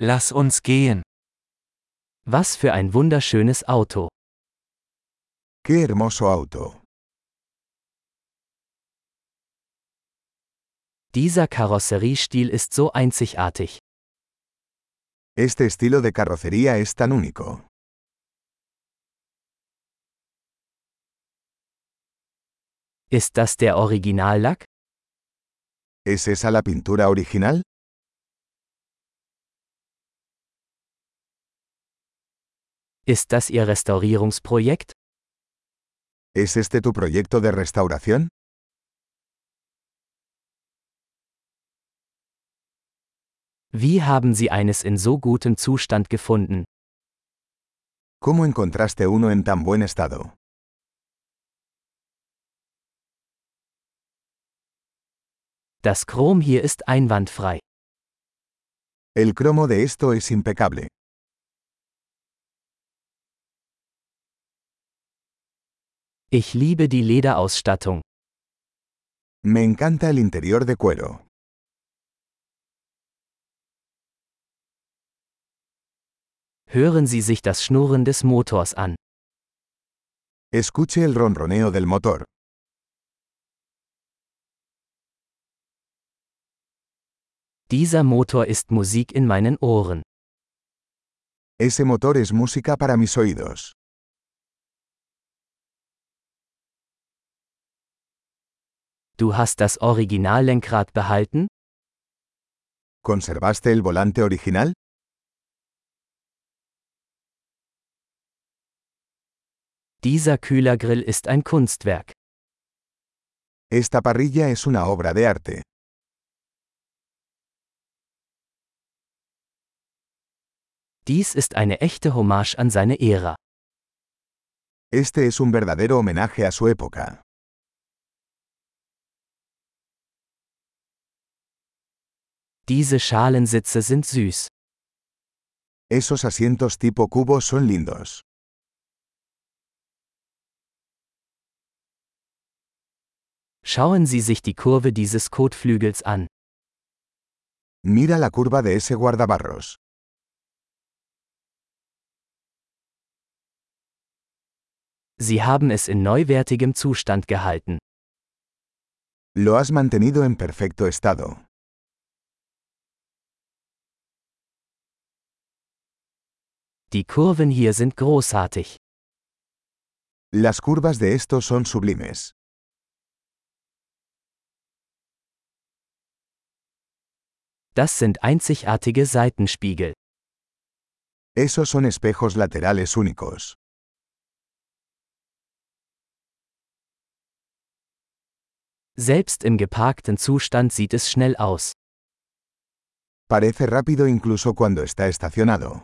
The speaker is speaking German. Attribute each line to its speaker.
Speaker 1: Lass uns gehen. Was für ein wunderschönes Auto.
Speaker 2: Qué hermoso auto.
Speaker 1: Dieser Karosseriestil ist so einzigartig.
Speaker 2: Este estilo de carrocería es tan único.
Speaker 1: Ist das der Originallack?
Speaker 2: ¿Es esa la pintura original?
Speaker 1: Ist das Ihr Restaurierungsprojekt?
Speaker 2: ¿Es este tu proyecto de restauración?
Speaker 1: Wie haben Sie eines in so gutem Zustand gefunden?
Speaker 2: ¿Cómo encontraste uno en tan buen estado?
Speaker 1: Das Chrom hier ist einwandfrei.
Speaker 2: El cromo de esto es impecable.
Speaker 1: Ich liebe die Lederausstattung.
Speaker 2: Me encanta el interior de cuero.
Speaker 1: Hören Sie sich das Schnurren des Motors an.
Speaker 2: Escuche el ronroneo del motor.
Speaker 1: Dieser Motor ist Musik in meinen Ohren.
Speaker 2: Ese motor es música para mis oídos.
Speaker 1: Du hast das Originallenkrad behalten?
Speaker 2: ¿Conservaste el volante original?
Speaker 1: Dieser Kühlergrill ist ein Kunstwerk.
Speaker 2: Esta parrilla es una obra de arte.
Speaker 1: Dies ist eine echte Hommage an seine Ära.
Speaker 2: Este es un verdadero homenaje a su época.
Speaker 1: Diese Schalensitze sind süß.
Speaker 2: Esos asientos tipo cubo son lindos.
Speaker 1: Schauen Sie sich die Kurve dieses Kotflügels an.
Speaker 2: Mira la curva de ese guardabarros.
Speaker 1: Sie haben es in neuwertigem Zustand gehalten.
Speaker 2: Lo has mantenido en perfecto estado.
Speaker 1: Die Kurven hier sind großartig.
Speaker 2: Las curvas de estos son sublimes.
Speaker 1: Das sind einzigartige Seitenspiegel.
Speaker 2: Esos son espejos laterales únicos.
Speaker 1: Selbst im geparkten Zustand sieht es schnell aus.
Speaker 2: Parece rápido incluso cuando está estacionado.